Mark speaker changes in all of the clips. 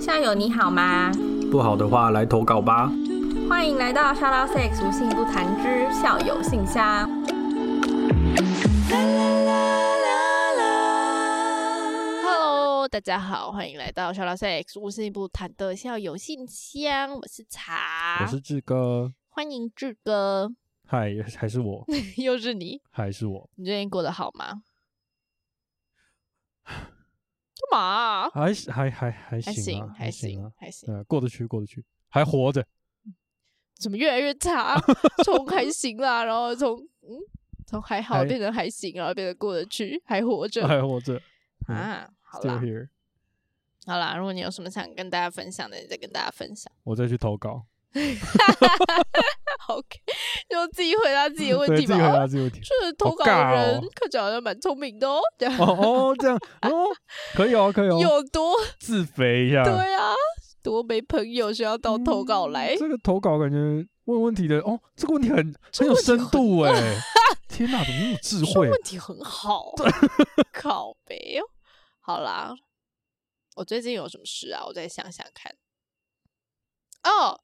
Speaker 1: 校友你好吗？
Speaker 2: 不好的话来投稿吧。
Speaker 1: 欢迎来到 Shout Out Sex 无性不谈之校友信箱。
Speaker 3: Hello，大家好，欢迎来到小老 sex 无事不谈的校友信箱，我是茶，
Speaker 2: 我是志哥，
Speaker 3: 欢迎志哥，
Speaker 2: 嗨，还是我，
Speaker 3: 又是你，
Speaker 2: 还是我，
Speaker 3: 你最近过得好 吗？干嘛啊、
Speaker 2: 还是还还还
Speaker 3: 还
Speaker 2: 行啊，
Speaker 3: 还
Speaker 2: 行
Speaker 3: 行
Speaker 2: 啊，，
Speaker 3: 还行，
Speaker 2: 呃，过得去，过得去，还活着，
Speaker 3: 怎么越来越 差？从还行啦，然后从嗯，从还好
Speaker 2: 还
Speaker 3: 变成还行，然后变成过得去，还活着
Speaker 2: 还活着嗯
Speaker 3: 啊。好
Speaker 2: ，still
Speaker 3: 啦，
Speaker 2: here，
Speaker 3: 好啦，如果你有什么想跟大家分享的，你再跟大家分享。
Speaker 2: 我再去投稿，
Speaker 3: OK，就自己回答自己的问
Speaker 2: 对
Speaker 3: 题
Speaker 2: 自
Speaker 3: 吧。
Speaker 2: 己回
Speaker 3: 哦
Speaker 2: 答自己问题。
Speaker 3: 这投稿
Speaker 2: 好尬
Speaker 3: 的
Speaker 2: 哦
Speaker 3: 人看起来好像蛮聪明的哦，这样
Speaker 2: 哦 哦，这样哦，可以哦，可以哦，
Speaker 3: 有多
Speaker 2: 自肥一下，
Speaker 3: 对啊，多没朋友需要到投稿来
Speaker 2: 嗯。这个投稿感觉问问题的哦，这个问题很
Speaker 3: 这个
Speaker 2: 很有
Speaker 3: 问题
Speaker 2: 深
Speaker 3: 很
Speaker 2: 度哎、 天哪，怎么那么智
Speaker 3: 说
Speaker 2: 慧啊？
Speaker 3: 问题很好， 靠北哦。好啦，我最近有什么事啊？我再想想看。哦，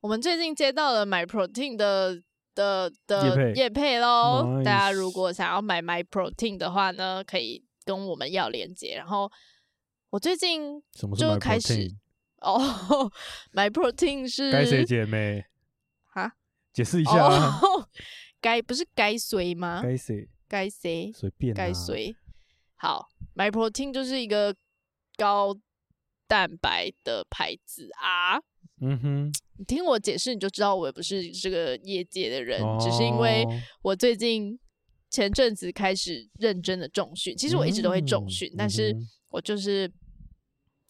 Speaker 3: 我们最近接到了买 Protein 的的
Speaker 2: 业
Speaker 3: 的
Speaker 2: 配
Speaker 3: 叶配喽。
Speaker 2: Nice
Speaker 3: 大家如果想要买 My Protein 的话呢，可以跟我们要链接。然后我最近
Speaker 2: 什么是
Speaker 3: 就
Speaker 2: my
Speaker 3: 开始
Speaker 2: protein？
Speaker 3: 哦 ，My Protein 是
Speaker 2: 该谁姐妹
Speaker 3: 啊？
Speaker 2: 解释一下啊，
Speaker 3: 嗯哦，该不是该谁吗？
Speaker 2: 该谁
Speaker 3: 该谁？
Speaker 2: 随便、啊，
Speaker 3: 钙髓。好，My Protein 就是一个高蛋白的牌子啊。
Speaker 2: 嗯哼，
Speaker 3: 你听我解释，你就知道我也不是这个业界的人，只是因为
Speaker 2: 哦
Speaker 3: 我最近前阵子开始认真的重训。其实我一直都会重训，
Speaker 2: 嗯
Speaker 3: 但是
Speaker 2: 嗯哼
Speaker 3: 我就是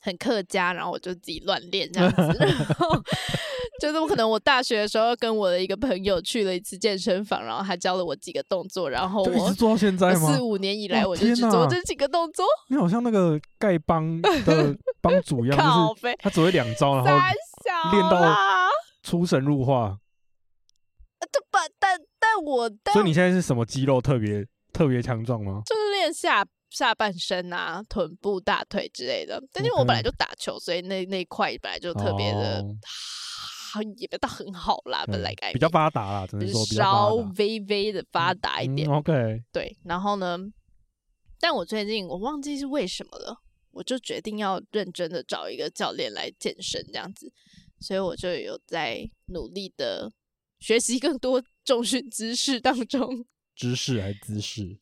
Speaker 3: 很客家，然后我就自己乱练这样 子。然后就是我可能我大学的时候跟我的一个朋友去了一次健身房，然后他教了我几个动作，然后
Speaker 2: 就一
Speaker 3: 我
Speaker 2: 直做到现在吗？
Speaker 3: 四五年以来
Speaker 2: 哇
Speaker 3: 我就
Speaker 2: 天
Speaker 3: 只
Speaker 2: 哪
Speaker 3: 做这几个动作，
Speaker 2: 你好像那个丐 帮的帮主一样，
Speaker 3: 靠
Speaker 2: 就
Speaker 3: 背
Speaker 2: 是他只会两招，然
Speaker 3: 傻
Speaker 2: 后
Speaker 3: 小啊
Speaker 2: 练到
Speaker 3: 啦。
Speaker 2: 出神入化。
Speaker 3: 这不，但但我但
Speaker 2: 所以你现在是什么肌肉特别特别强壮吗？
Speaker 3: 就是练下下半身啊、臀部、大腿之类的。但因为我
Speaker 2: OK
Speaker 3: 本来就打球，所以那那一块本来就特别的
Speaker 2: 哦，
Speaker 3: 啊也不到很好啦，本
Speaker 2: 嗯
Speaker 3: 来该
Speaker 2: 比较发达啦，只能说比较
Speaker 3: 稍
Speaker 2: 发达
Speaker 3: 微微的发达一点
Speaker 2: 嗯。OK，
Speaker 3: 对，然后呢，但我最近我忘记是为什么了，我就决定要认真的找一个教练来健身这样子，所以我就有在努力的学习更多重训知识当中，
Speaker 2: 知识还是姿势？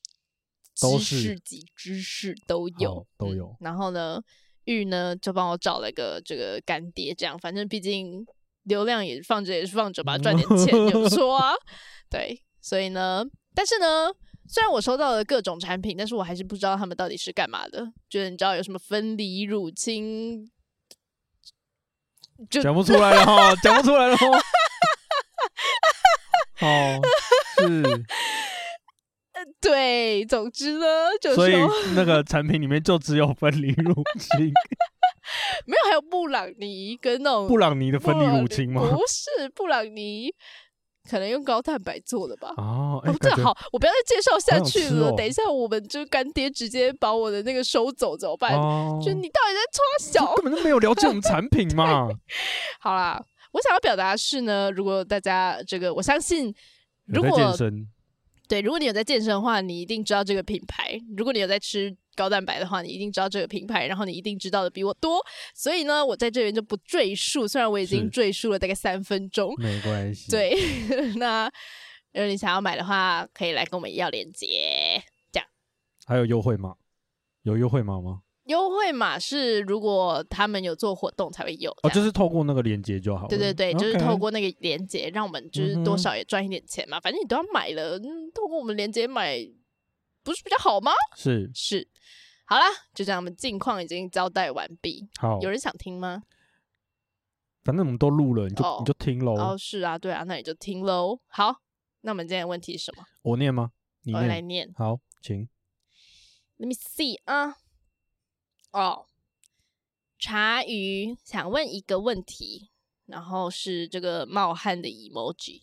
Speaker 2: 都
Speaker 3: 知
Speaker 2: 是
Speaker 3: 识及知识都有
Speaker 2: 好都
Speaker 3: 嗯
Speaker 2: 有
Speaker 3: 然后呢，玉呢就帮我找了个这个干爹，这样反正毕竟流量也放着也是放着吧，赚点钱
Speaker 2: 嗯
Speaker 3: 也不错 啊。对，所以呢，但是呢，虽然我收到了各种产品，但是我还是不知道他们到底是干嘛的。就是你知道有什么分离乳清，就
Speaker 2: 讲不出来了哈，讲不出来 了哈。哦，是，
Speaker 3: 对，总之呢，就是
Speaker 2: 所以
Speaker 3: 说
Speaker 2: 那个产品里面就只有分离乳 清，
Speaker 3: 没有，还有布朗尼跟那种
Speaker 2: 布朗尼的分离乳清吗
Speaker 3: 布朗？尼不是布朗尼，可能用高蛋白做的吧。
Speaker 2: 哦，哎
Speaker 3: 哦，，这
Speaker 2: 感觉
Speaker 3: 好，我不要再介绍下去
Speaker 2: 好想吃
Speaker 3: 了。
Speaker 2: 哦
Speaker 3: 等一下，我们就干爹直接把我的那个收走怎么办？
Speaker 2: 哦，
Speaker 3: 就你到底在戳小？
Speaker 2: 根本就没有了解我们产品嘛。
Speaker 3: 好啦，我想要表达的是呢，如果大家这个，我相信，如
Speaker 2: 有在
Speaker 3: 果
Speaker 2: 健身，
Speaker 3: 对，如果你有在健身的话，你一定知道这个品牌；如果你有在吃高蛋白的话，你一定知道这个品牌，然后你一定知道的比我多。所以呢，我在这边就不赘述，虽然我已
Speaker 2: 是嗯
Speaker 3: 经赘述了大概三分钟。
Speaker 2: 没关系。，
Speaker 3: 对， 那如果你想要买的话，可以来跟我们要链接。
Speaker 2: 还有优惠码，有优惠码吗？
Speaker 3: 优惠码是如果他们有做活动才会有这
Speaker 2: 哦，
Speaker 3: 样，
Speaker 2: 就是透过那个链接就好了。
Speaker 3: 对对对，就是透
Speaker 2: OK
Speaker 3: 过那个连接，让我们就是
Speaker 2: 嗯
Speaker 3: 多
Speaker 2: 哼
Speaker 3: 少也赚一点钱嘛。反正你都要买了，嗯，透过我们连接买，不是比较好吗？
Speaker 2: 是
Speaker 3: 是，好啦，就这样，我们近况已经交代完毕。
Speaker 2: 好
Speaker 3: 有，人想听吗？
Speaker 2: 反正我们都录了，你就
Speaker 3: 哦
Speaker 2: 你就听喽
Speaker 3: 哦，。是啊，对啊，那你就听喽。好，那我们今天的问题是什么？
Speaker 2: 我念吗？你
Speaker 3: 我哦来
Speaker 2: 念。
Speaker 3: 念
Speaker 2: 好，请。
Speaker 3: ，Let me see 啊。哦，茶余想问一个问题，然后是这个冒汗的 emoji。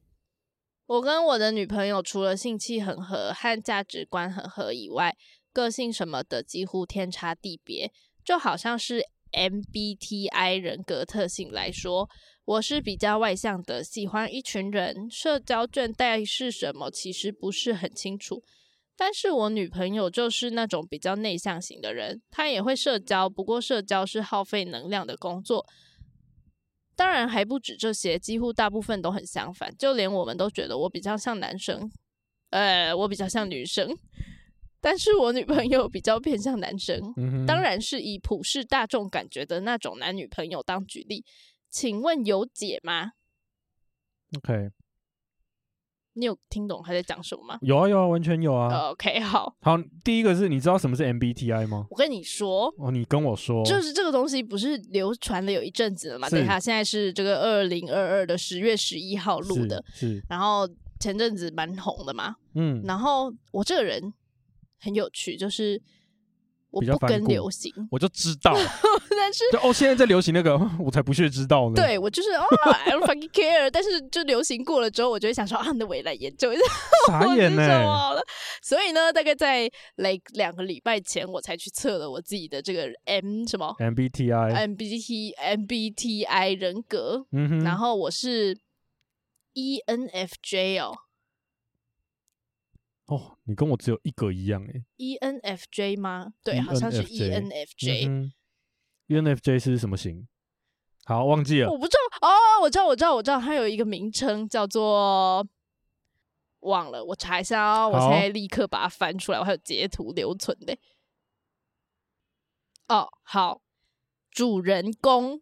Speaker 3: 我跟我的女朋友除了性气很合和价值观很合以外，个性什么的几乎天差地别，就好像是 MBTI 人格特性来说，我是比较外向的，喜欢一群人，社交倦怠是什么其实不是很清楚。但是我女朋友就是那种比较内向型的人，她也会社交，不过社交是耗费能量的工作。当然还不止这些，几乎大部分都很相反，就连我们都觉得我比较像男生，呃，我比较像女生， 但是我女朋友比较偏向男生。
Speaker 2: 嗯哼，
Speaker 3: 当然是以普世大众感觉的那种男女朋友当举例。请问有解吗？
Speaker 2: ，OK，
Speaker 3: 你有听懂他在讲什么吗、
Speaker 2: 有啊有啊，完全有啊。
Speaker 3: o k 好，
Speaker 2: 好，第一个是你知道什么是 MBTI 吗？
Speaker 3: 我跟你说，
Speaker 2: 哦，你跟我说，
Speaker 3: 就是这个东西不是流传了有一阵子了嘛？
Speaker 2: 是
Speaker 3: 对，它现在是这个二零二二的十月十一号录的，
Speaker 2: 是，是
Speaker 3: 然后前阵子蛮红的嘛。
Speaker 2: 嗯，
Speaker 3: 然后我这个人很有趣，就是我
Speaker 2: 比较
Speaker 3: 不
Speaker 2: 反
Speaker 3: 跟
Speaker 2: 骨
Speaker 3: 流行，
Speaker 2: 我就知道，
Speaker 3: 但是
Speaker 2: 就哦，现在在流行那个， 我才不屑知道呢。，
Speaker 3: 对我就是哦，I don't fucking care。但是就流行过了之后，我就会想说啊，那我也来研究一下
Speaker 2: 傻
Speaker 3: 我啊是
Speaker 2: 眼欸
Speaker 3: 什
Speaker 2: 呢、
Speaker 3: 么好了。所以呢，大概在来两个礼拜前，我才去测了我自己的这个 M 什么哎
Speaker 2: MBTI，
Speaker 3: MBT MBTI 人格，
Speaker 2: 嗯哼，
Speaker 3: 然后我是 E ENFJ 哦
Speaker 2: 哦，你跟我只有一个一样哎、
Speaker 3: ，E ，ENFJ 吗？对，好像是
Speaker 2: E
Speaker 3: E
Speaker 2: ENFJ
Speaker 3: ENFJ。
Speaker 2: 嗯哼 ENFJ 是什么型？好，忘记了
Speaker 3: 我。不知道哦，我知道，我知道，我知道，它有一个名称叫做忘了，我查一下哦，我
Speaker 2: 好
Speaker 3: 现在立刻把它翻出来，我还有截图留存的。哦，好，主人公，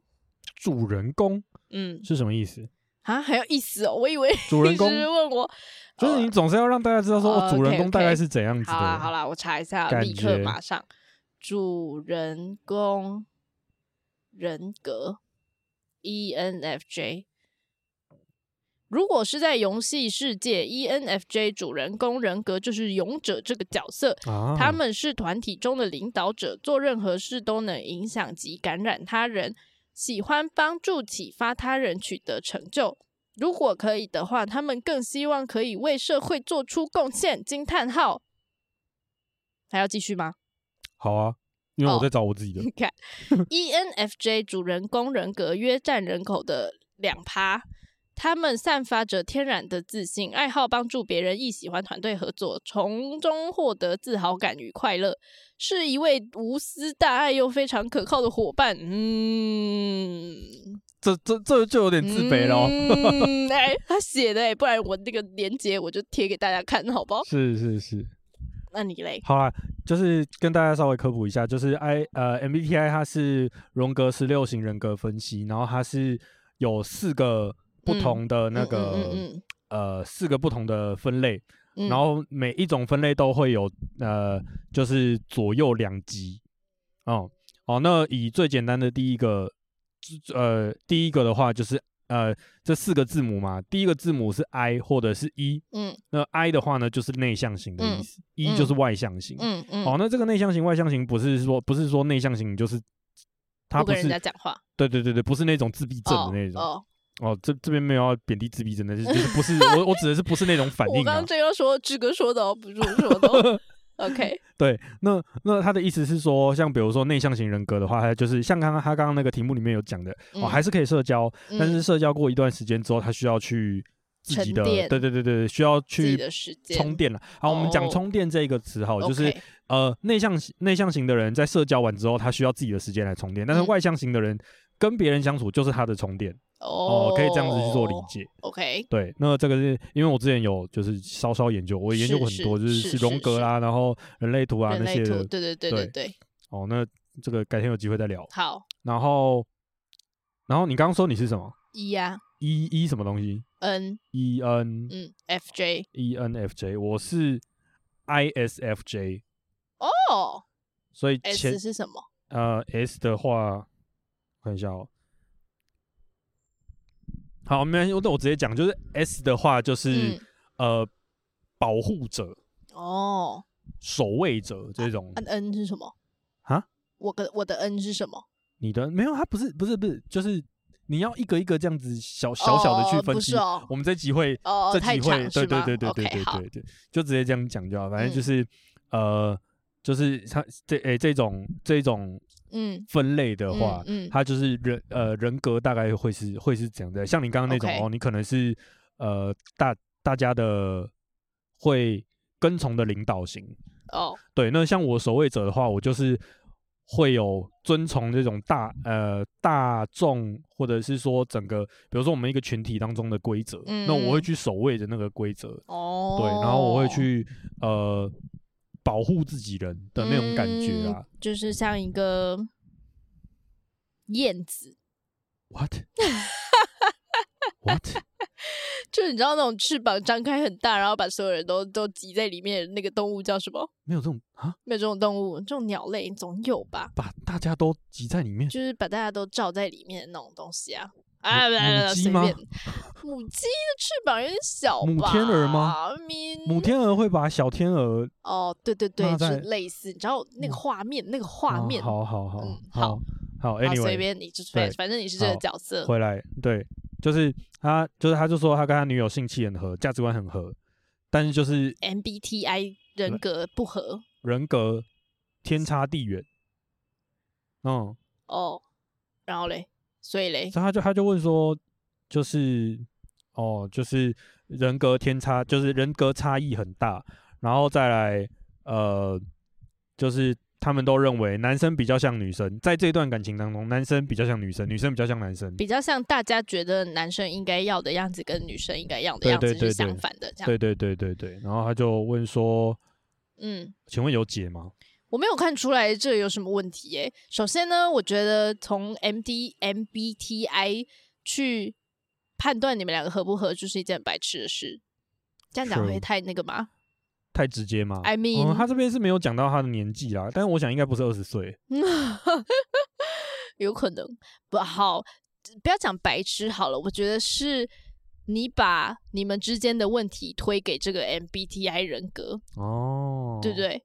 Speaker 2: 主人公
Speaker 3: 嗯，
Speaker 2: 是什么意思？
Speaker 3: 啊，还有意思哦，我以为
Speaker 2: 主人公
Speaker 3: 你是问我，
Speaker 2: 就是你总是要让大家知道说，
Speaker 3: 哦
Speaker 2: 哦，主人
Speaker 3: OK，OK
Speaker 2: 公大概是怎样子的。
Speaker 3: 好啦好啦，我查一下，
Speaker 2: 感
Speaker 3: 立刻
Speaker 2: 觉
Speaker 3: 马上，主人公人格，E ENFJ。如果是在游戏世界，ENFJ ，E 主人公人格就是勇者这个角色，
Speaker 2: 啊，
Speaker 3: 他们是团体中的领导者，做任何事都能影响及感染他人，喜欢帮助启发他人取得成就。如果可以的话，他们更希望可以为社会做出贡献。惊叹号！还要继续吗？
Speaker 2: 好啊，因为
Speaker 3: 哦
Speaker 2: 我在找我自己的。
Speaker 3: 你看，E，ENFJ 主人公人格约占人口的两趴，他们散发着天然的自信，爱好帮助别人，亦喜欢团队合作，从中获得自豪感与快乐，是一位无私大爱又非常可靠的伙伴。嗯，
Speaker 2: 这这这就有点自卑哦咯。
Speaker 3: 嗯，哎、他写的哎、不然我那个链接我就贴给大家看，好不好？
Speaker 2: 是是是，
Speaker 3: 那你嘞？
Speaker 2: 好啊，就是跟大家稍微科普一下，就是 I 呃 MBTI 它是荣格十六型人格分析，然后它是有四个不同的那个、
Speaker 3: 嗯嗯嗯
Speaker 2: 呃四个不同的分类，
Speaker 3: 嗯
Speaker 2: 然后每一种分类都会有呃就是左右两极哦哦，那以最简单的第一个呃第一个的话就是呃这四个字母嘛，第一个字母是 I 或者是 E，
Speaker 3: 嗯
Speaker 2: 那 I 的话呢就是内向型的意思、
Speaker 3: 嗯
Speaker 2: e 就是外向型。
Speaker 3: 嗯嗯，
Speaker 2: 哦，那这个内向型、外向型不是说不是说内向型就是他
Speaker 3: 不
Speaker 2: 不
Speaker 3: 跟
Speaker 2: 是
Speaker 3: 人家讲话，
Speaker 2: 对对对对，不是那种自闭症
Speaker 3: 哦
Speaker 2: 的那种。哦，
Speaker 3: 哦
Speaker 2: 这这边没有要贬低自闭症的，就是就是不 是我我指的是不是那种反
Speaker 3: 我
Speaker 2: 应
Speaker 3: 刚
Speaker 2: 啊
Speaker 3: 刚？这个说志哥说的哦，不是我说的 哦。OK，
Speaker 2: 对，那那他的意思是说，像比如说内向型人格的话，他就是像刚刚他刚刚那个题目里面有讲的，哦，
Speaker 3: 嗯
Speaker 2: 还是可以社交，但是
Speaker 3: 嗯
Speaker 2: 社交过一段时间之后，他需要去自己
Speaker 3: 沉
Speaker 2: 的，
Speaker 3: 淀
Speaker 2: 对对对对，需要
Speaker 3: 自己
Speaker 2: 去
Speaker 3: 的时间
Speaker 2: 充电了。好，我们
Speaker 3: 哦
Speaker 2: 讲充电这一个词好了，就是呃，内向型内向型的人在社交完之后，他需要自己的时间来充电，但是
Speaker 3: 嗯
Speaker 2: 外向型的人跟别人相处就是他的充电
Speaker 3: 哦
Speaker 2: 哦、可以这样子去做理。解。
Speaker 3: OK，
Speaker 2: 对，那这个是因为我之前有就是稍稍研究，我研究过很多，
Speaker 3: 是
Speaker 2: 就是
Speaker 3: 是
Speaker 2: 是荣格啦，然后人类图啊
Speaker 3: 人
Speaker 2: 那
Speaker 3: 类
Speaker 2: 些
Speaker 3: 图，
Speaker 2: 的。
Speaker 3: 对对对对
Speaker 2: 对
Speaker 3: 对，
Speaker 2: 哦，那这个改天有机会再聊。
Speaker 3: 好
Speaker 2: 然后，然后你刚刚说你是什么
Speaker 3: 一呀
Speaker 2: ？E E 什么东西
Speaker 3: 啊，N
Speaker 2: ？E N
Speaker 3: 嗯 FJ
Speaker 2: E N F J，我是 I S F J，
Speaker 3: 哦
Speaker 2: 所以前
Speaker 3: ，S 是什么？
Speaker 2: 呃，S 的话，看一下哦。好，没关系，我那我直接讲，就是 S 的话就是、
Speaker 3: 嗯
Speaker 2: 呃，保护者、
Speaker 3: 哦，
Speaker 2: 守卫
Speaker 3: 啊
Speaker 2: 者这种。
Speaker 3: 那 N 是什么？
Speaker 2: 啊？
Speaker 3: 我跟我的 N 是什么？
Speaker 2: 你的没有，他不是不是不是，就是你要一个一个这样子小小小的去
Speaker 3: 哦
Speaker 2: 分
Speaker 3: 不
Speaker 2: 析。
Speaker 3: 是哦
Speaker 2: 我们这集会，
Speaker 3: 哦，
Speaker 2: 这
Speaker 3: 太
Speaker 2: 集
Speaker 3: 长
Speaker 2: 会，
Speaker 3: 是
Speaker 2: 对对
Speaker 3: 吗
Speaker 2: 对对对
Speaker 3: ？OK，
Speaker 2: 对
Speaker 3: 好
Speaker 2: 对对，就直接这样讲就好。反正
Speaker 3: 嗯
Speaker 2: 就是、呃，就是它这诶、这种这种
Speaker 3: 嗯，
Speaker 2: 分类的
Speaker 3: 嗯
Speaker 2: 话，
Speaker 3: 嗯
Speaker 2: 它就是人呃人格大概会是会是怎样的？像你刚刚那种
Speaker 3: OK
Speaker 2: 哦，你可能是呃大大家的会跟从的领导型，
Speaker 3: 哦，
Speaker 2: 对。那像我守卫者的话，我就是会有遵从这种大呃大众或者是说整个，比如说我们一个群体当中的规则，那我
Speaker 3: 嗯
Speaker 2: 会去守卫着那个规则，
Speaker 3: 哦，
Speaker 2: 对，然后我会去呃保护自己人的那种感觉啊。
Speaker 3: 嗯就是像一个燕子，
Speaker 2: What? What?
Speaker 3: 就是你知道那种翅膀张开很大，然后把所有人都都挤在里面，那个动物叫什么？
Speaker 2: 没有这种啊，
Speaker 3: 没有这种动物，这种鸟类总有吧？
Speaker 2: 把大家都挤在里面，
Speaker 3: 就是把大家都罩在里面的那种东西啊。哎，不不不
Speaker 2: 母
Speaker 3: 不，
Speaker 2: 鸡
Speaker 3: 随
Speaker 2: 吗
Speaker 3: 便。母鸡的翅膀有点小吧？
Speaker 2: 母天鹅吗
Speaker 3: 咪？
Speaker 2: 母天鹅会把小天鹅
Speaker 3: 哦，对对对，
Speaker 2: 那
Speaker 3: 就是
Speaker 2: 在
Speaker 3: 类似，你知道那个
Speaker 2: 嗯
Speaker 3: 画面，那个画
Speaker 2: 啊
Speaker 3: 面，
Speaker 2: 好好好
Speaker 3: 嗯
Speaker 2: 好好
Speaker 3: 好随
Speaker 2: ，anyway，
Speaker 3: 便你，就是反
Speaker 2: 对
Speaker 3: 反正你是这个
Speaker 2: 好
Speaker 3: 角色，
Speaker 2: 回来对，就是他就是他就说他跟他女友性气很合，价值观很合，但是就是
Speaker 3: MBTI 人格不合
Speaker 2: 人格天差地远。嗯，
Speaker 3: 哦，然后嘞，所以嘞，
Speaker 2: 所以他就他就问说，就是哦，就是人格天差，就是人格差异很大，然后再来呃，就是他们都认为男生比较像女生，在这段感情当中，男生比较像女生，女生比较像男生。
Speaker 3: 比较像大家觉得男生应该要的样子，跟女生应该要的
Speaker 2: 对
Speaker 3: 样
Speaker 2: 对
Speaker 3: 子
Speaker 2: 对
Speaker 3: 是
Speaker 2: 对
Speaker 3: 相反的，这样，
Speaker 2: 对对对对对，然后他就问说，
Speaker 3: 嗯。
Speaker 2: 请问有解吗？
Speaker 3: 我没有看出来这有什么问题耶、首先呢，我觉得从 M D M B T I 去判断你们两个合不合，就是一件很白痴的事。这样讲
Speaker 2: True
Speaker 3: 会太那个吗？
Speaker 2: 太直接吗
Speaker 3: I
Speaker 2: 嗯
Speaker 3: mean-
Speaker 2: 他这边是没有讲到他的年纪啦，但是我想应该不是二十岁。
Speaker 3: 有可能不好，不要讲白痴好了。我觉得是你把你们之间的问题推给这个 M B T I 人格，
Speaker 2: 哦，
Speaker 3: 对不对？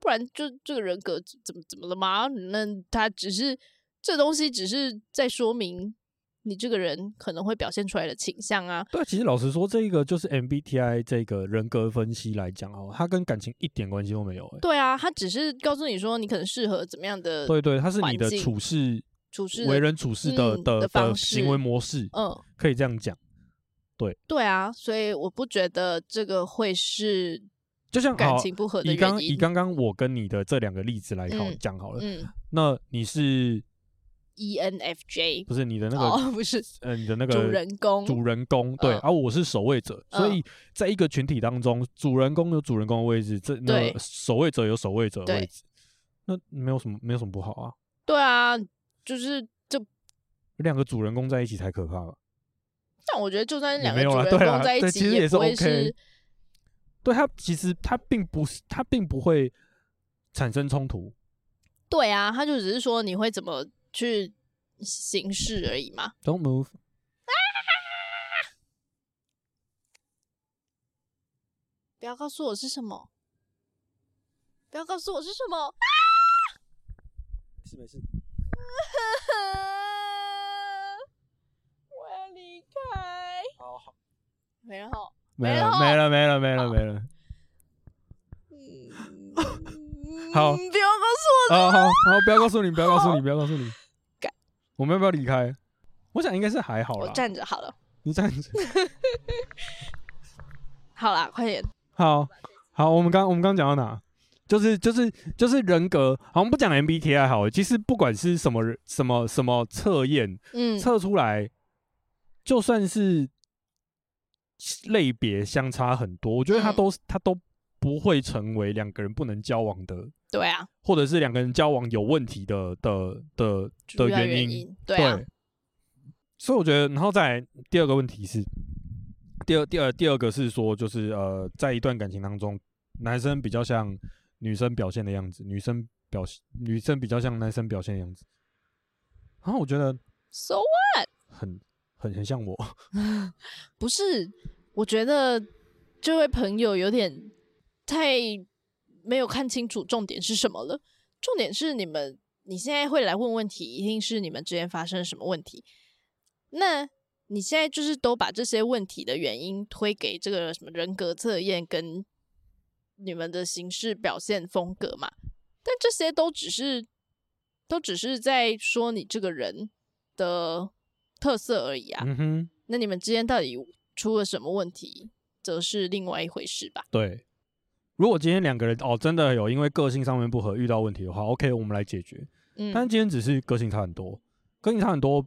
Speaker 3: 不然就这个人格怎么怎么了吗？那他只是这东西只是在说明你这个人可能会表现出来的倾向啊。
Speaker 2: 对，其实老实说，这个就是 MBTI 这个人格分析来讲哦，它跟感情一点关系都没有、欸。
Speaker 3: 对啊，他只是告诉你说你可能适合怎么样的
Speaker 2: 对对，它是你
Speaker 3: 环
Speaker 2: 的
Speaker 3: 境
Speaker 2: 处事、
Speaker 3: 处事的
Speaker 2: 为人处事的、
Speaker 3: 嗯
Speaker 2: 的
Speaker 3: 的方
Speaker 2: 行
Speaker 3: 式
Speaker 2: 为模式，
Speaker 3: 嗯，
Speaker 2: 可以这样讲。
Speaker 3: 对啊，所以我不觉得这个会是
Speaker 2: 就像
Speaker 3: 感
Speaker 2: 好
Speaker 3: 情不合的
Speaker 2: 以刚
Speaker 3: 原
Speaker 2: 以
Speaker 3: 因。
Speaker 2: 刚呃刚我跟你的这两个例子来好
Speaker 3: 嗯
Speaker 2: 讲好了，
Speaker 3: 嗯，E
Speaker 2: 那你是
Speaker 3: ，ENFJ
Speaker 2: 不是你的那个
Speaker 3: 哦，不是
Speaker 2: 呃你的那个
Speaker 3: 主人公，
Speaker 2: 主人公对，
Speaker 3: 嗯
Speaker 2: 而我是守卫者，所
Speaker 3: 嗯
Speaker 2: 以在一个群体当中，主人公有主人公的位置，这那
Speaker 3: 对
Speaker 2: 守卫者有守卫者的
Speaker 3: 对
Speaker 2: 位置，那没有什么没有什么不好啊。
Speaker 3: 对啊，就是这。
Speaker 2: 两个主人公在一起才可怕吧？
Speaker 3: 但我觉得就算
Speaker 2: 也
Speaker 3: 两
Speaker 2: 没
Speaker 3: 个
Speaker 2: 有
Speaker 3: 主
Speaker 2: 啦
Speaker 3: 人
Speaker 2: 对啦啊
Speaker 3: 公在
Speaker 2: 对
Speaker 3: 一
Speaker 2: 其
Speaker 3: 起，
Speaker 2: 实也是
Speaker 3: 不会
Speaker 2: OK
Speaker 3: 是
Speaker 2: 对他其实他并不是他并不会产生冲突，
Speaker 3: 对啊，他就只是说你会怎么去行事而已嘛。
Speaker 2: Don't move。
Speaker 3: 不要告诉我是什么，不要告诉我是什么。
Speaker 2: 没事没事。
Speaker 3: 我要离开。
Speaker 2: 好好，
Speaker 3: 没了哈。
Speaker 2: 没
Speaker 3: 没
Speaker 2: 了
Speaker 3: 了
Speaker 2: 没了没了没了没了。
Speaker 3: 嗯
Speaker 2: 好
Speaker 3: 不要告诉我。
Speaker 2: 啊好好，不要告诉你，不要告诉你，不要告诉你
Speaker 3: 干。
Speaker 2: 我们要不要离开？我想应该是还好
Speaker 3: 我
Speaker 2: 啦。
Speaker 3: 站着好了，
Speaker 2: 你站着。
Speaker 3: 好啦，快点。
Speaker 2: 好好，我们刚我们刚讲到哪？就是就是就是人格，好，我们不讲 MBTI 好了。其实不管是什么人什么什么测验，
Speaker 3: 嗯，
Speaker 2: 测出来，就算是类别相差很多，我觉得它
Speaker 3: 嗯
Speaker 2: 都、它都不会成为两个人不能交往的，
Speaker 3: 对啊，
Speaker 2: 或者是两个人交往有问题的的的
Speaker 3: 主
Speaker 2: 的
Speaker 3: 要
Speaker 2: 原
Speaker 3: 原
Speaker 2: 因。
Speaker 3: 对啊，
Speaker 2: 所以我觉得，然后再来第二个问题是，第二第二第二个是说，就是呃，在一段感情当中，男生比较像女生表现的样子，女生表现女生比较像男生表现的样子。然后我觉得
Speaker 3: so
Speaker 2: 很很很像我，
Speaker 3: 不是，我觉得这位朋友有点太没有看清楚重点是什么了。重点是你们，你现在会来问问题，一定是你们之间发生了什么问题。那你现在就是都把这些问题的原因推给这个什么人格测验跟你们的形式表现风格嘛。但这些都只是，都只是在说你这个人的特色而已啊。
Speaker 2: 嗯哼，
Speaker 3: 那你们之间到底出了什么问题，则是另外一回事吧。
Speaker 2: 对。如果今天两个人哦真的有因为个性上面不合遇到问题的话，OK，我们来解决。
Speaker 3: 嗯，
Speaker 2: 但今天只是个性差很多，个性差很多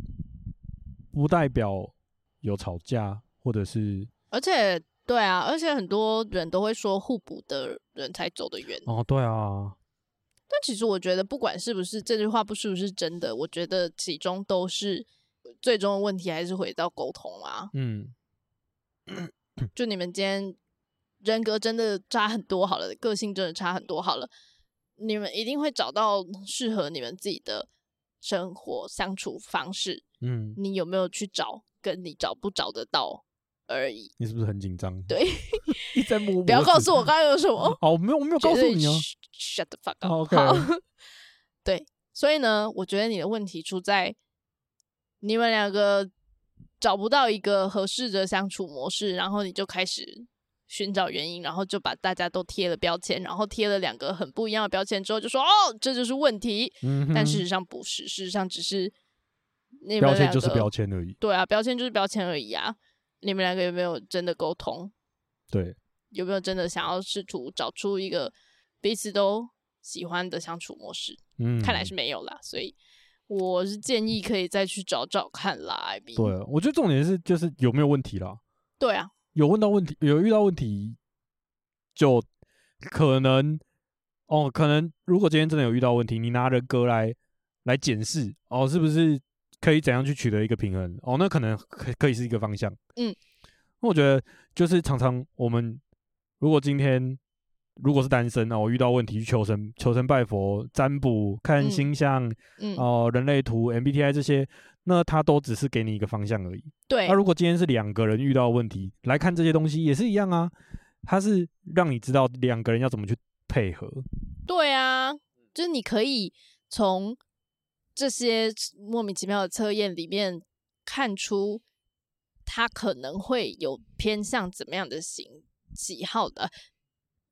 Speaker 2: 不代表有吵架或者是
Speaker 3: 而且对啊，而且很多人都会说互补的人才走得远。
Speaker 2: 哦，对啊，
Speaker 3: 但其实我觉得，不管是不是这句话不是不是真的，我觉得其中都是最终的问题还是回到沟通啊。
Speaker 2: 嗯，
Speaker 3: 就你们今天人格真的差很多好了，个性真的差很多好了，你们一定会找到适合你们自己的生活相处方式。
Speaker 2: 嗯，
Speaker 3: 你有没有去找，跟你找不找得到而已。
Speaker 2: 你是不是很紧张？
Speaker 3: 对，
Speaker 2: 一直 在摸。
Speaker 3: 不要告诉我刚刚有什么。
Speaker 2: 哦，我 没有，我没有告诉
Speaker 3: 绝对
Speaker 2: 你哦。
Speaker 3: sh- Shut the fuck up。
Speaker 2: 哦，OK
Speaker 3: 好 对，所以呢，我觉得你的问题出在你们两个找不到一个合适的相处模式，然后你就开始寻找原因，然后就把大家都贴了标签，然后贴了两个很不一样的标签之后，就说哦，这就是问题。
Speaker 2: 嗯哼，
Speaker 3: 但事实上不是，事实上只是你们
Speaker 2: 标签
Speaker 3: 两
Speaker 2: 就是
Speaker 3: 个
Speaker 2: 标签而已。
Speaker 3: 对啊，标签就是标签而已啊。你们两个有没有真的沟通？
Speaker 2: 对，
Speaker 3: 有没有真的想要试图找出一个彼此都喜欢的相处模式？
Speaker 2: 嗯，
Speaker 3: 看来是没有啦，所以我是建议可以再去找找看啦。I B，
Speaker 2: 对。啊我觉得重点是就是有没有问题啦，
Speaker 3: 对啊，
Speaker 2: 有问到问题，有遇到问题，就可能哦，可能如果今天真的有遇到问题，你拿人格来来检视哦，是不是可以怎样去取得一个平衡？哦，那可能可可以是一个方向。
Speaker 3: 嗯，
Speaker 2: 那我觉得就是常常我们如果今天如果是单身哦，我遇到问题去求神求神拜佛、占卜、看
Speaker 3: 嗯
Speaker 2: 星象
Speaker 3: 嗯，
Speaker 2: 哦、人类图、MBTI 这些，那它都只是给你一个方向而已。
Speaker 3: 对
Speaker 2: 那、，如果今天是两个人遇到的问题来看这些东西，也是一样啊，它是让你知道两个人要怎么去配合。
Speaker 3: 对啊，
Speaker 2: 嗯
Speaker 3: 就是你可以从这些莫名其妙的测验里面看出他可能会有偏向怎么样的型喜好的，
Speaker 2: 啊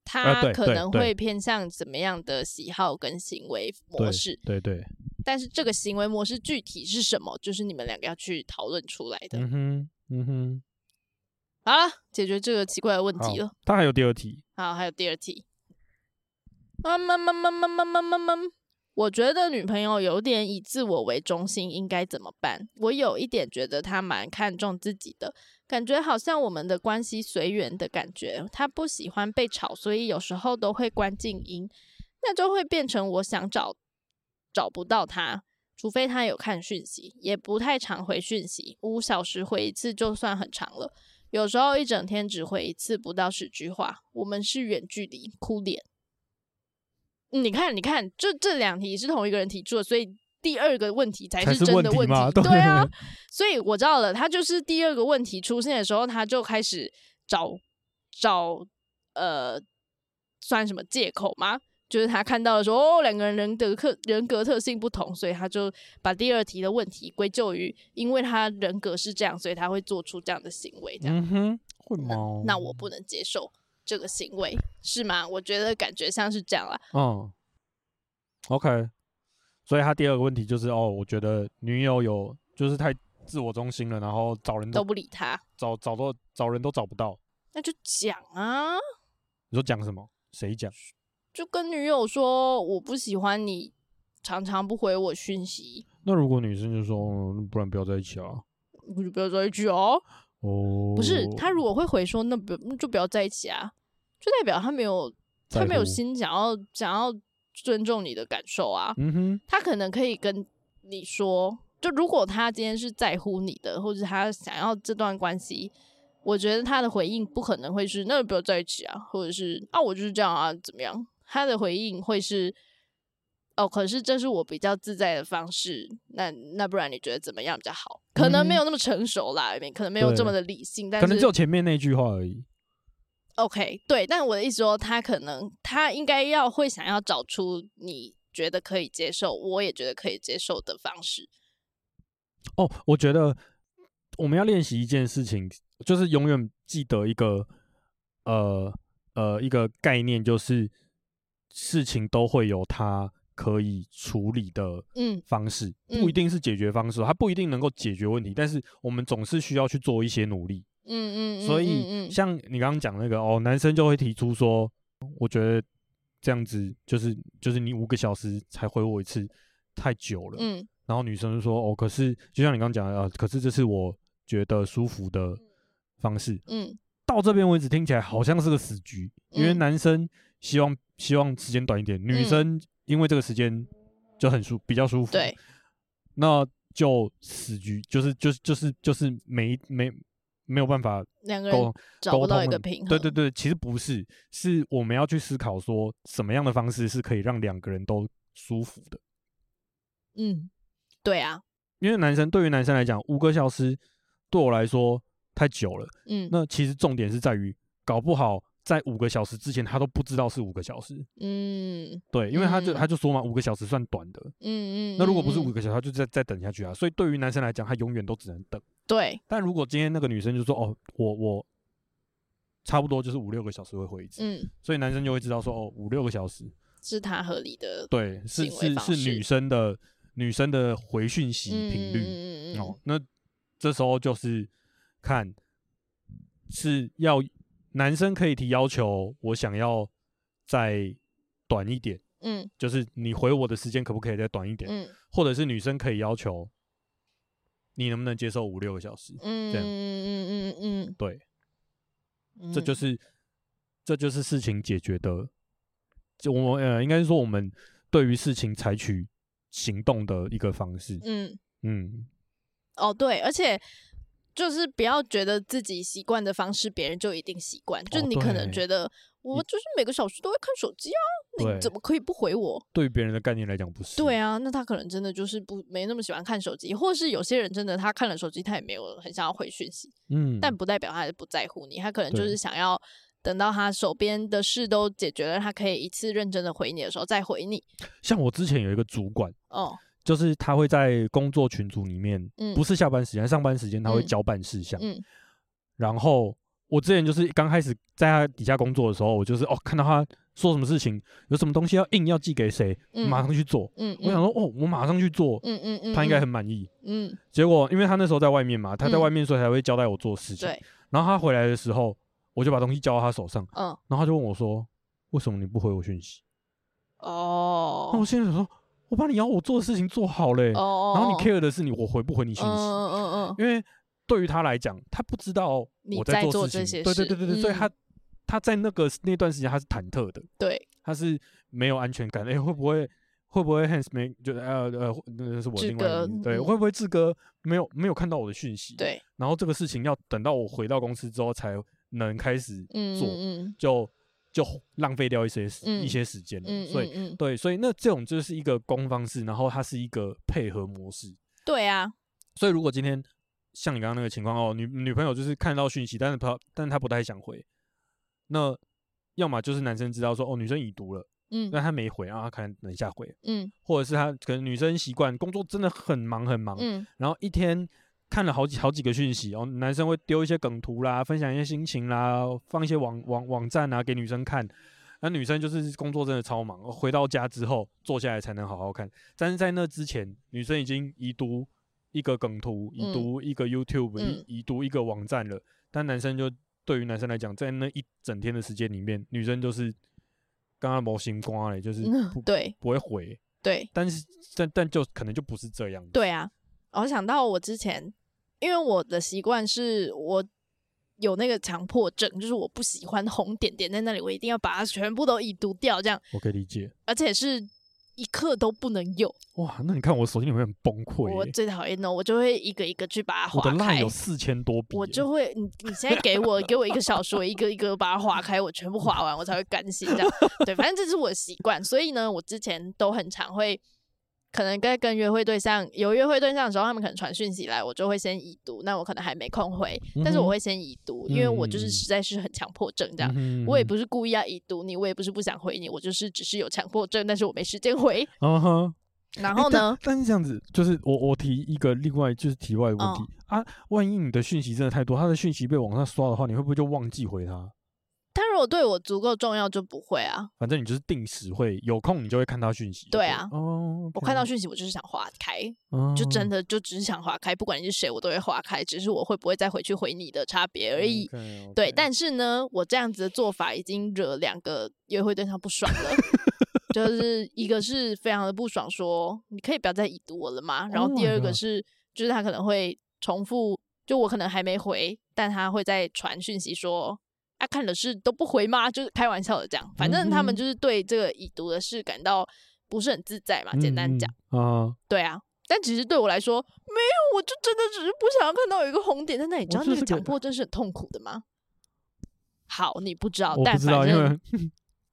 Speaker 3: 他
Speaker 2: 对
Speaker 3: 可
Speaker 2: 对
Speaker 3: 能
Speaker 2: 对
Speaker 3: 会偏向怎么样的喜好跟行为模式。
Speaker 2: 对对，
Speaker 3: 但是这个行为模式具体是什么，就是你们两个要去讨论出来的。
Speaker 2: 嗯哼，嗯哼，
Speaker 3: 好了，解决这个奇怪的问题了。
Speaker 2: 他还有第二题，
Speaker 3: 好，还有第二题。啊么么么么么么么么，我觉得女朋友有点以自我为中心，应该怎么办？我有一点觉得她蛮看重自己的，感觉好像我们的关系随缘的感觉。她不喜欢被吵，所以有时候都会关静音，那就会变成我想找找不到她，除非她有看讯息，也不太常回讯息，五小时回一次就算很长了。有时候一整天只回一次，不到十句话。我们是远距离，哭脸。嗯你看，你看，这这两题是同一个人提出的，所以第二个问题才
Speaker 2: 才
Speaker 3: 是
Speaker 2: 是
Speaker 3: 真
Speaker 2: 问
Speaker 3: 的
Speaker 2: 题
Speaker 3: 问题。
Speaker 2: 嘛
Speaker 3: 对
Speaker 2: 对
Speaker 3: 啊， 所以我知道了，他就是第二个问题出现的时候，他就开始找找呃，算什么借口吗？就是他看到了说，哦，两个人人格特人格特性不同，所以他就把第二题的问题归咎于，因为他人格是这样，所以他会做出这样的行为，这样。
Speaker 2: 嗯哼，会吗？
Speaker 3: 那我不能接受这个行为，是吗？我觉得感觉像是这样啦。
Speaker 2: 嗯，OK，所以他第二个问题就是哦，我觉得女友有就是太自我中心了，然后找人
Speaker 3: 都
Speaker 2: 都
Speaker 3: 不理他，
Speaker 2: 找找都找人都找不到。
Speaker 3: 那就讲啊，
Speaker 2: 你说讲什么？谁讲？
Speaker 3: 就跟女友说我不喜欢你，常常不回我讯息，
Speaker 2: 那如果女生就说，嗯不然不要在一起啊？
Speaker 3: 我就不要在一起哦。
Speaker 2: 哦，
Speaker 3: 不是，他如果会回说那不就不要在一起啊，就代表他没有他
Speaker 2: 在
Speaker 3: 没有
Speaker 2: 乎
Speaker 3: 心想要想要尊重你的感受啊。
Speaker 2: 嗯哼，
Speaker 3: 他可能可以跟你说，就如果他今天是在乎你的，或者他想要这段关系，我觉得他的回应不可能会是“那就不要在一起啊”，或者是“啊我就是这样啊，怎么样”。他的回应会是“哦，可是这是我比较自在的方式，那那不然你觉得怎么样比较好？”可能没有那么成熟啦，可能没有这么的理性，但
Speaker 2: 嗯可能只
Speaker 3: 是
Speaker 2: 有前面那句话而已。
Speaker 3: OK 对。但我的意思说，他可能他应该要会想要找出你觉得可以接受，我也觉得可以接受的方式。
Speaker 2: 哦，我觉得我们要练习一件事情，就是永远记得一个呃呃一个概念，就是事情都会有它可以处理的
Speaker 3: 嗯
Speaker 2: 方式，
Speaker 3: 嗯
Speaker 2: 不一定是解决方式哦，它不一定能够解决问题，但是我们总是需要去做一些努力。
Speaker 3: 嗯嗯，
Speaker 2: 所
Speaker 3: 嗯
Speaker 2: 以
Speaker 3: 嗯
Speaker 2: 像你刚刚讲那个哦，男生就会提出说，我觉得这样子就是就是你五个小时才回我一次，太久了。
Speaker 3: 嗯
Speaker 2: 然后女生就说哦，可是就像你刚刚讲的，呃，可是这是我觉得舒服的方式。
Speaker 3: 嗯
Speaker 2: 到这边为止，听起来好像是个死局，因为
Speaker 3: 嗯
Speaker 2: 男生希望希望时间短一点，女
Speaker 3: 嗯
Speaker 2: 生因为这个时间就很舒比较舒服。
Speaker 3: 对，
Speaker 2: 那就死局，就是就是就是就是没没没有办法
Speaker 3: 两个
Speaker 2: 沟
Speaker 3: 人
Speaker 2: 通。
Speaker 3: 找
Speaker 2: 沟
Speaker 3: 不到
Speaker 2: 通
Speaker 3: 一
Speaker 2: 了
Speaker 3: 个平衡，
Speaker 2: 对对对，其实不是，是我们要去思考说，什么样的方式是可以让两个人都舒服的。
Speaker 3: 嗯，对啊，
Speaker 2: 因为男生对于男生来讲，五个小时对我来说太久了。
Speaker 3: 嗯
Speaker 2: 那其实重点是在于，搞不好在五个小时之前，他都不知道是五个小时。
Speaker 3: 嗯
Speaker 2: 对，因为他就
Speaker 3: 嗯
Speaker 2: 他就说嘛，五个小时算短的。
Speaker 3: 嗯嗯，
Speaker 2: 那如果不是
Speaker 3: 嗯
Speaker 2: 五
Speaker 3: 嗯
Speaker 2: 个小时，他就再再等下去啊。所以对于男生来讲，他永远都只能等。
Speaker 3: 对，
Speaker 2: 但如果今天那个女生就说：“哦，我我差不多就是五六个小时会回一次。
Speaker 3: 嗯，
Speaker 2: 所以男生就会知道说：“哦，五六个小时，
Speaker 3: 是他合理的
Speaker 2: 对，是
Speaker 3: 行为
Speaker 2: 是
Speaker 3: 方
Speaker 2: 是
Speaker 3: 式
Speaker 2: 女生的女生的回讯息频率、
Speaker 3: 嗯嗯嗯嗯
Speaker 2: 哦。”那这时候就是看是要男生可以提要求，我想要再短一点，
Speaker 3: 嗯
Speaker 2: 就是你回我的时间可不可以再短一点，
Speaker 3: 嗯
Speaker 2: 或者是女生可以要求你能不能接受五六个小时？
Speaker 3: 嗯
Speaker 2: 这样
Speaker 3: 嗯嗯
Speaker 2: 对，
Speaker 3: 嗯，
Speaker 2: 这就是、这就是事情解决的，就我们呃，应该是说我们对于事情采取行动的一个方式。
Speaker 3: 嗯嗯
Speaker 2: 嗯，
Speaker 3: 哦对，而且。就是不要觉得自己习惯的方式，别人就一定习惯。就
Speaker 2: 哦
Speaker 3: 你可能
Speaker 2: 对
Speaker 3: 觉得我就是每个小时都会看手机啊，
Speaker 2: 对
Speaker 3: 你怎么可以不回我？
Speaker 2: 对于别人的概念来讲不是。
Speaker 3: 对
Speaker 2: 啊，
Speaker 3: 啊，那他可能真的就是不没那么喜欢看手机，或是有些人真的他看了手机，他也没有很想要回讯息。
Speaker 2: 嗯，
Speaker 3: 但不代表他是不在乎你，他可能就
Speaker 2: 对
Speaker 3: 是想要等到他手边的事都解决了，他可以一次认真的回你的时候再回你。
Speaker 2: 像我之前有一个主管，
Speaker 3: 哦，
Speaker 2: 就是他会在工作群组里面，
Speaker 3: 嗯
Speaker 2: 不是下班时间，上班时间他会
Speaker 3: 嗯
Speaker 2: 交办事项。
Speaker 3: 嗯
Speaker 2: 然后我之前就是刚开始在他底下工作的时候，我就是哦，看到他说什么事情，有什么东西要硬要寄给谁，
Speaker 3: 嗯
Speaker 2: 马上去做。
Speaker 3: 嗯，
Speaker 2: 我想说哦，我马上去做，
Speaker 3: 嗯，嗯嗯嗯，
Speaker 2: 他应
Speaker 3: 嗯
Speaker 2: 该很满意。
Speaker 3: 嗯，
Speaker 2: 结果因为他那时候在外面嘛，他在
Speaker 3: 嗯
Speaker 2: 外面所以才会交代我做事情。
Speaker 3: 对，
Speaker 2: 然后他回来的时候，我就把东西交到他手上，
Speaker 3: 嗯，
Speaker 2: 然后他就问我说：“为什么你不回我讯息？”
Speaker 3: 哦，
Speaker 2: 那我现在想说，我把你要我做的事情做好嘞、
Speaker 3: 哦，
Speaker 2: 然后你
Speaker 3: 以
Speaker 2: care 的是你我回不回你讯
Speaker 3: 嗯
Speaker 2: 息，
Speaker 3: 嗯嗯嗯
Speaker 2: 因为对于他来讲，他不知道
Speaker 3: 你
Speaker 2: 我
Speaker 3: 在
Speaker 2: 做
Speaker 3: 做这
Speaker 2: 事情，
Speaker 3: 些
Speaker 2: 对对
Speaker 3: 事
Speaker 2: 对对对，所以
Speaker 3: 嗯
Speaker 2: 他他在那个那段时间他是忐忑的，
Speaker 3: 对，
Speaker 2: 他是没有安全感，哎、会不会？会不会 Hans 没就呃呃那是我
Speaker 3: 志
Speaker 2: 另外一个
Speaker 3: 哥
Speaker 2: 名字对，
Speaker 3: 嗯
Speaker 2: 会不会志哥没有没有看到我的讯息？
Speaker 3: 对，
Speaker 2: 然后这个事情要等到我回到公司之后才能开始
Speaker 3: 嗯
Speaker 2: 做，
Speaker 3: 嗯
Speaker 2: 就就浪费掉一些时、
Speaker 3: 嗯
Speaker 2: 一些时间了。
Speaker 3: 嗯嗯
Speaker 2: 所以
Speaker 3: 嗯，嗯
Speaker 2: 对，所以那这种就是一个攻方式，然后它是一个配合模式。
Speaker 3: 对啊，
Speaker 2: 所以如果今天像你刚刚那个情况哦，女女朋友就是看到讯息，但是她但是她不太想回，那要么就是男生知道说哦女生已读了，
Speaker 3: 嗯
Speaker 2: 但他没回啊，可能等一下回，
Speaker 3: 嗯
Speaker 2: 或者是他可能女生习惯工作真的很忙很忙，
Speaker 3: 嗯
Speaker 2: 然后一天看了好几好几个讯息，然后男生会丢一些梗图啦，分享一些心情啦，放一些网网网站啊给女生看。那女生就是工作真的超忙，回到家之后坐下来才能好好看。但是在那之前，女生已经已读一个梗图，已
Speaker 3: 嗯
Speaker 2: 读一个 YouTube，、
Speaker 3: 嗯
Speaker 2: 已已读一个网站了。但男生就对于男生来讲，在那一整天的时间里面，女生就是刚刚模型瓜嘞，就是
Speaker 3: 嗯
Speaker 2: 不，
Speaker 3: 对
Speaker 2: 不会回。
Speaker 3: 对
Speaker 2: 但是但但就可能就不是这样。
Speaker 3: 对啊，我想到我之前，因为我的习惯是我有那个强迫症，就是我不喜欢红点点在那里，我一定要把它全部都已读掉，这样，
Speaker 2: 我可以理解。
Speaker 3: 而且是一刻都不能有。
Speaker 2: 哇，那你看我手机里面很崩溃
Speaker 3: 我
Speaker 2: 耶、
Speaker 3: 最讨厌的，我就会一个一个去把它
Speaker 2: 我的
Speaker 3: 划
Speaker 2: 浪
Speaker 3: 开
Speaker 2: 有。四千多笔耶、
Speaker 3: 我就会，你你现在给我给我一个小时，我一个一个把它划开，我全部划完，我才会甘心这样。对，反正这是我的习惯，所以呢，我之前都很常会，可能跟跟约会对象有约会对象的时候，他们可能传讯息来，我就会先已读，那我可能还没空回，但是
Speaker 2: 嗯哼
Speaker 3: 我会先已读，因为我就
Speaker 2: 嗯嗯嗯
Speaker 3: 是实在是很强迫症这样。
Speaker 2: 嗯哼
Speaker 3: 我也不是故意要已读你，我也不是不想回你，我就是只是有强迫症，但是我没时间回。
Speaker 2: 嗯哼。
Speaker 3: 然
Speaker 2: 然
Speaker 3: 后呢，
Speaker 2: 但是这样子，就是我我提一个另外就是题外的问题、
Speaker 3: 嗯
Speaker 2: 啊，万一你的讯息真的太多，他的讯息被往上刷的话，你会不会就忘记回他？
Speaker 3: 他如果对我足够重要，就不会啊。
Speaker 2: 反正你就是定时会有空，你就会看到讯息。
Speaker 3: 对啊
Speaker 2: 哦，嗯
Speaker 3: 我看到讯息，我就是想划开，
Speaker 2: 到
Speaker 3: 就真的就只是想划开，不管你是谁，我都会划开，只是我会不会再回去回你的差别
Speaker 2: 嗯
Speaker 3: 而已。对，但是呢，我这样子的做法已经惹两个约会对象不爽了，就是一个是非常的不爽说，你可以不要再已读我了吗？然
Speaker 2: Oh
Speaker 3: 后
Speaker 2: my
Speaker 3: 第二个
Speaker 2: God
Speaker 3: 是，就是他可能会重复，就我可能还没回，但他会再传讯息说。啊，看了是都不回吗？就是开玩笑的这样，反正他们
Speaker 2: 嗯
Speaker 3: 就是对这个已读的事感到不是很自在嘛。简单讲，
Speaker 2: 啊，哦
Speaker 3: 对啊。但其实对我来说，没有，我就真的只是不想要看到有一个红点在那里。你知
Speaker 2: 我
Speaker 3: 道那
Speaker 2: 就是
Speaker 3: 个
Speaker 2: 个
Speaker 3: 强迫症是很痛苦的吗？好，你不知道，
Speaker 2: 我
Speaker 3: 但
Speaker 2: 不知道，
Speaker 3: 反
Speaker 2: 因
Speaker 3: 正
Speaker 2: 为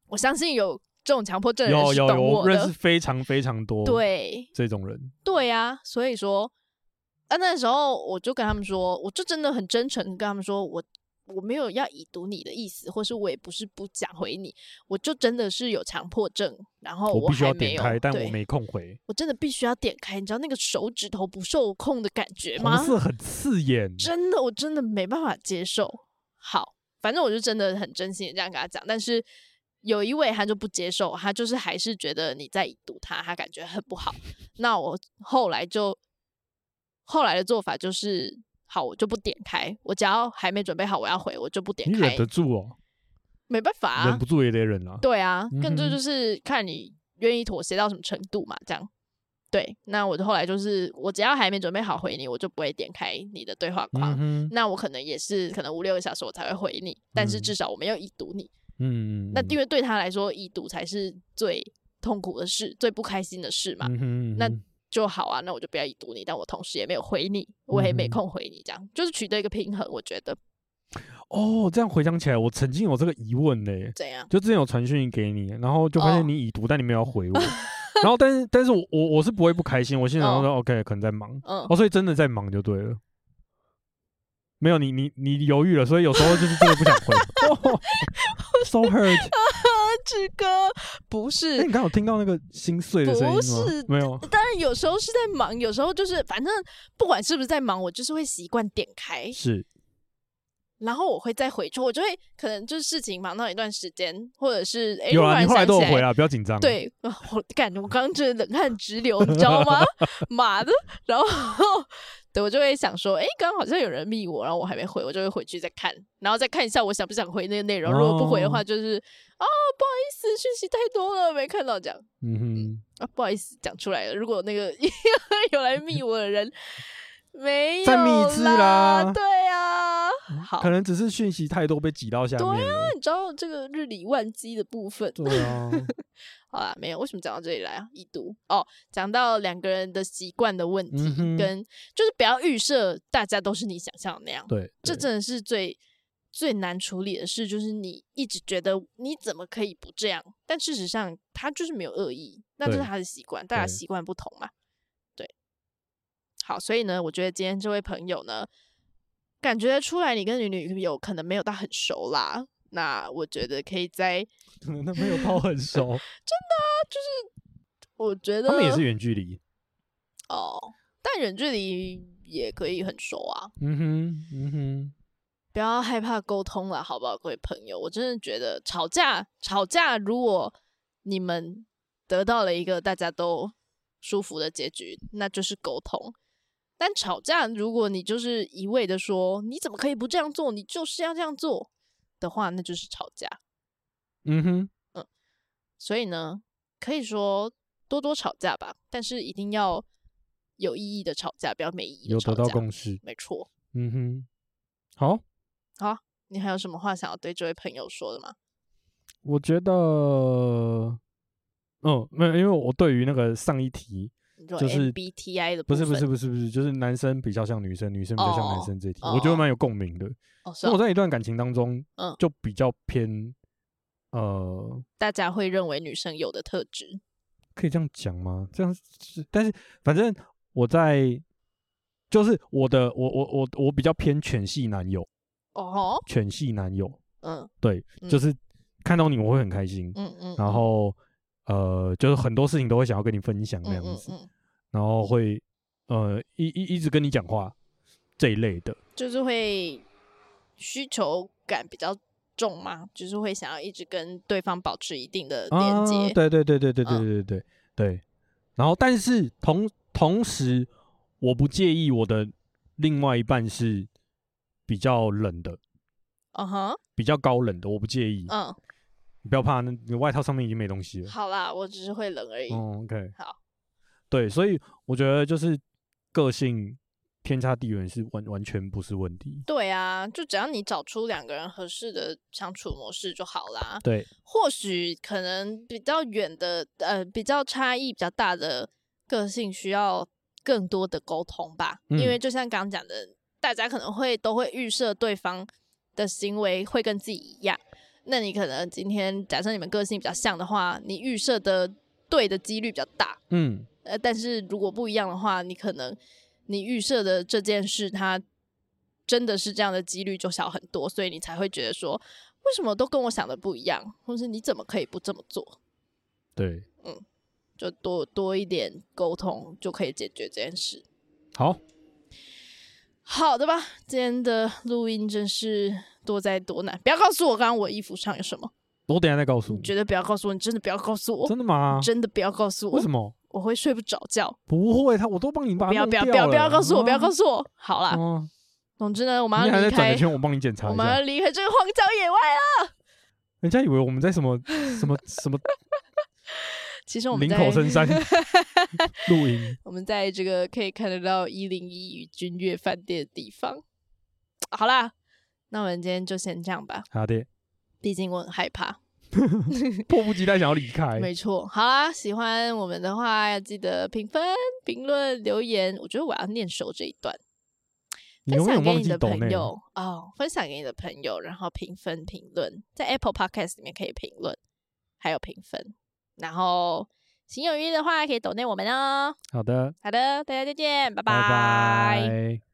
Speaker 3: 我相信有这种强迫症的人
Speaker 2: 有
Speaker 3: 是
Speaker 2: 有有，
Speaker 3: 懂我
Speaker 2: 我认识
Speaker 3: 的。
Speaker 2: 非常非常多
Speaker 3: 对
Speaker 2: 这种人，
Speaker 3: 对啊，所以说，啊，那时候我就跟他们说，我就真的很真诚地跟他们说，我我没有要已读你的意思，或是我也不是不想回你，我就真的是有强迫症，然后
Speaker 2: 我必
Speaker 3: 哦
Speaker 2: 须
Speaker 3: 还
Speaker 2: 要
Speaker 3: 没
Speaker 2: 点
Speaker 3: 有，
Speaker 2: 开，但
Speaker 3: 对
Speaker 2: 我没空回。
Speaker 3: 我真的必须要点开，你知道那个手指头不受控的感觉
Speaker 2: 红
Speaker 3: 吗？
Speaker 2: 色很刺眼，
Speaker 3: 真的，我真的没办法接受。好，反正我就真的很真心的这样跟他讲，但是有一位他就不接受，他就是还是觉得你在读他，他感觉很不好。那我后来就后来的做法就是，好，我就不点开，我只要还没准备好我要回，我就不点
Speaker 2: 你
Speaker 3: 开
Speaker 2: 忍，得住哦，
Speaker 3: 没办法、
Speaker 2: 忍
Speaker 3: 啊
Speaker 2: 不，住也得忍啊。
Speaker 3: 对啊，更多
Speaker 2: 嗯哼
Speaker 3: 就是看你愿意妥协到什么程度嘛，这样。对，那我就后来就是，我只要还没准备好回你，我就不会点开你的对话框。
Speaker 2: 嗯哼，
Speaker 3: 那我可能也是可能五六个小时我才会回你，但是
Speaker 2: 嗯
Speaker 3: 至少我没有已读你。
Speaker 2: 嗯，
Speaker 3: 那因为对他来说，已读才是最痛苦的事，最不开心的事嘛。
Speaker 2: 嗯哼，
Speaker 3: 那
Speaker 2: 嗯哼
Speaker 3: 就好啊，那我就不要已读你，但我同时也没有回你，我也没
Speaker 2: 嗯哼
Speaker 3: 空回你，这样就是取得一个平衡。我觉得
Speaker 2: 哦，这样回想起来，我曾经有这个疑问呢，
Speaker 3: 怎样？
Speaker 2: 就之前有传讯给你，然后就发
Speaker 3: 哦
Speaker 2: 现你已读，但你没有要 回我，然后但是但是我我我是不会不开心，我心想
Speaker 3: 哦
Speaker 2: 说哦 OK，可能在忙，
Speaker 3: 嗯，
Speaker 2: 哦，所以真的在忙就对了。没有你，你你犹豫了，所以有时候就是真的不想 回。哦 so hurt。
Speaker 3: 这个不
Speaker 2: 哎、
Speaker 3: 是
Speaker 2: 你刚有听到那个心碎的声音
Speaker 3: 不
Speaker 2: 吗？
Speaker 3: 是
Speaker 2: 没有。
Speaker 3: 当然有时候是在忙，有时候就是反正不管是不是在忙，我就是会习惯点开，
Speaker 2: 是，
Speaker 3: 然后我会再回去，我就会可能就是事情忙到一段时间，或者是哎，
Speaker 2: 有
Speaker 3: 突
Speaker 2: 啦，
Speaker 3: 然
Speaker 2: 你后来
Speaker 3: 想
Speaker 2: 都有
Speaker 3: 起
Speaker 2: 回啦，啊不要紧张。，
Speaker 3: 对，啊我感觉我刚刚就是冷汗直流，你知道吗？ 妈的！然后对我就会想说，哎，刚刚好像有人密我，然后我还没回，我就会回去再看，然后再看一下我想不想回那个内容。如果不回的话，
Speaker 2: 哦
Speaker 3: 就是哦，不好意思，讯息太多了，没看到这样
Speaker 2: 嗯哼，
Speaker 3: 啊，不好意思，讲出来了。如果那个 有来密我的 人没有
Speaker 2: 再密一次
Speaker 3: 啦，
Speaker 2: 啦嗯
Speaker 3: 对啊，好
Speaker 2: 可，能只是讯息太多被挤到下
Speaker 3: 对啊
Speaker 2: 面了。
Speaker 3: 那你知道这个日理万机的部分，
Speaker 2: 对 啊，
Speaker 3: 好啦，没有，为什么讲到这里来啊？已读哦，讲到两个人的习惯的问题，
Speaker 2: 嗯哼
Speaker 3: 跟就是不要预设大家都是你想象的那样，
Speaker 2: 对，
Speaker 3: 这
Speaker 2: 对
Speaker 3: 真的是最最难处理的事，就是你一直觉得你怎么可以不这样，但事实上他就是没有恶意，那这是
Speaker 2: 对
Speaker 3: 他的习惯，大家
Speaker 2: 对
Speaker 3: 习惯不同嘛，对。好，所以呢，我觉得今天这位朋友呢，感觉出来你跟你女友可能没有到很熟啦，那我觉得可以在，
Speaker 2: 可能没有到 很熟，
Speaker 3: 我觉得
Speaker 2: 他们也是远距离。
Speaker 3: 哦，但远距离也可以很熟啊，
Speaker 2: 嗯哼，嗯哼，
Speaker 3: 不要害怕沟通了，好不好，各位朋友？我真的觉得吵架，吵架，如果你们得到了一个大家都舒服的结局，那就是沟通。但吵架，如果你就是一味的说你怎么可以不这样做，你就是要这样做的话，那就是吵架。
Speaker 2: 嗯哼，
Speaker 3: 所以呢，可以说多多吵架吧，但是一定要有意义的吵架，不要没意义
Speaker 2: 有
Speaker 3: 的吵
Speaker 2: 得到
Speaker 3: 架。
Speaker 2: 共识。
Speaker 3: 没错。
Speaker 2: 嗯哼，好，
Speaker 3: 你还有什么话想要对这位朋友说的吗？
Speaker 2: 我觉得，嗯，没有，因为我对于那个上一题，
Speaker 3: 你说
Speaker 2: 就是
Speaker 3: MBTI 的部
Speaker 2: 不是
Speaker 3: 分
Speaker 2: 不是不是不是，就是男生比较像女生，女生比较像男生这一题，
Speaker 3: 哦
Speaker 2: 我觉得蛮有共鸣的。
Speaker 3: 哦，是
Speaker 2: 那我
Speaker 3: 哦
Speaker 2: 在一段感情当中，
Speaker 3: 嗯
Speaker 2: 就比较偏，呃，
Speaker 3: 大家会认为女生有的特质，
Speaker 2: 可以这样讲吗？这样是，但是反正我在，就是我的，我我我我比较偏犬系男友，
Speaker 3: 哦吼，
Speaker 2: 犬系男友，
Speaker 3: 嗯
Speaker 2: 对，
Speaker 3: 嗯
Speaker 2: 就是看到你我会很开心，
Speaker 3: 嗯嗯，
Speaker 2: 然后呃，就是很多事情都会想要跟你分享那
Speaker 3: 嗯
Speaker 2: 样
Speaker 3: 嗯
Speaker 2: 子。
Speaker 3: 嗯，
Speaker 2: 然后会呃一一一直跟你讲话这一类的，
Speaker 3: 就是会需求感比较众嘛，就是会想要一直跟对方保持一定的连
Speaker 2: 啊，
Speaker 3: 接。
Speaker 2: 对对对对对对对
Speaker 3: 嗯
Speaker 2: 对对、对。然后，但是同同时，我不介意我的另外一半是比较冷的，
Speaker 3: 嗯哼，
Speaker 2: 比较高冷的，我不介意。
Speaker 3: 嗯，
Speaker 2: 你不要怕，那你外套上面已经没东西了。
Speaker 3: 好啦，我只是会冷而已。
Speaker 2: 嗯，OK。
Speaker 3: 好。
Speaker 2: 对，所以我觉得就是个性天差地远是完完全不是问题。
Speaker 3: 对啊，就只要你找出两个人合适的相处模式就好啦。
Speaker 2: 对，
Speaker 3: 或许可能比较远的，呃，比较差异比较大的个性需要更多的沟通吧，
Speaker 2: 嗯
Speaker 3: 因为就像刚刚讲的，大家可能会都会预设对方的行为会跟自己一样，那你可能今天假设你们个性比较像的话，你预设的对的几率比较大，
Speaker 2: 嗯，
Speaker 3: 呃，但是如果不一样的话，你可能你预设的这件事，它真的是这样的几率就小很多，所以你才会觉得说，为什么都跟我想的不一样，或是你怎么可以不这么做？
Speaker 2: 对。
Speaker 3: 就多多一点沟通就可以解决这件事。
Speaker 2: 好，
Speaker 3: 好的吧，今天的录音真是多灾多难，不要告诉我刚刚我衣服上有什么，
Speaker 2: 我等一下再告诉你。
Speaker 3: 绝对不要告诉我，你真的不要告诉我，
Speaker 2: 嗯真的吗？
Speaker 3: 真的不要告诉
Speaker 2: 为
Speaker 3: 我
Speaker 2: 什，么？啊
Speaker 3: 我会睡不着觉。
Speaker 2: 不会，他我都帮你把
Speaker 3: 不要不要不要不要告诉我，不要告
Speaker 2: 诉
Speaker 3: 诉我。好啦，
Speaker 2: 哦，
Speaker 3: 总之呢，我们
Speaker 2: 你还
Speaker 3: 要
Speaker 2: 在
Speaker 3: 离
Speaker 2: 转
Speaker 3: 开
Speaker 2: 个。圈，我帮你检查
Speaker 3: 我
Speaker 2: 一
Speaker 3: 们
Speaker 2: 下
Speaker 3: 要。离开这个荒郊野外啊了。
Speaker 2: 人家以为我们在什么 什么什么
Speaker 3: 其实我们
Speaker 2: 林
Speaker 3: 在
Speaker 2: 口 深山露营，
Speaker 3: 我们在这个可以看得到一零一与君悦饭店的地方。好啦，那我们今天就先这样吧，
Speaker 2: 好的，
Speaker 3: 毕竟我很害怕。
Speaker 2: 迫不及待想要离开。
Speaker 3: 没错，好啦，喜欢我们的话要记得评分、评论、留言。我觉得我要念熟这一段，
Speaker 2: 你
Speaker 3: 分
Speaker 2: 永
Speaker 3: 享
Speaker 2: 远
Speaker 3: 给
Speaker 2: 忘
Speaker 3: 你
Speaker 2: 记
Speaker 3: 的
Speaker 2: 抖
Speaker 3: 朋
Speaker 2: 内，
Speaker 3: 友哦，分享给你的朋友，然后评分、评论，在 Apple Podcast 里面可以评论，还有评分。然后行有余力的话，可以抖内我们哦。
Speaker 2: 好的，
Speaker 3: 好的，大家再见，拜
Speaker 2: 拜
Speaker 3: 拜
Speaker 2: 拜。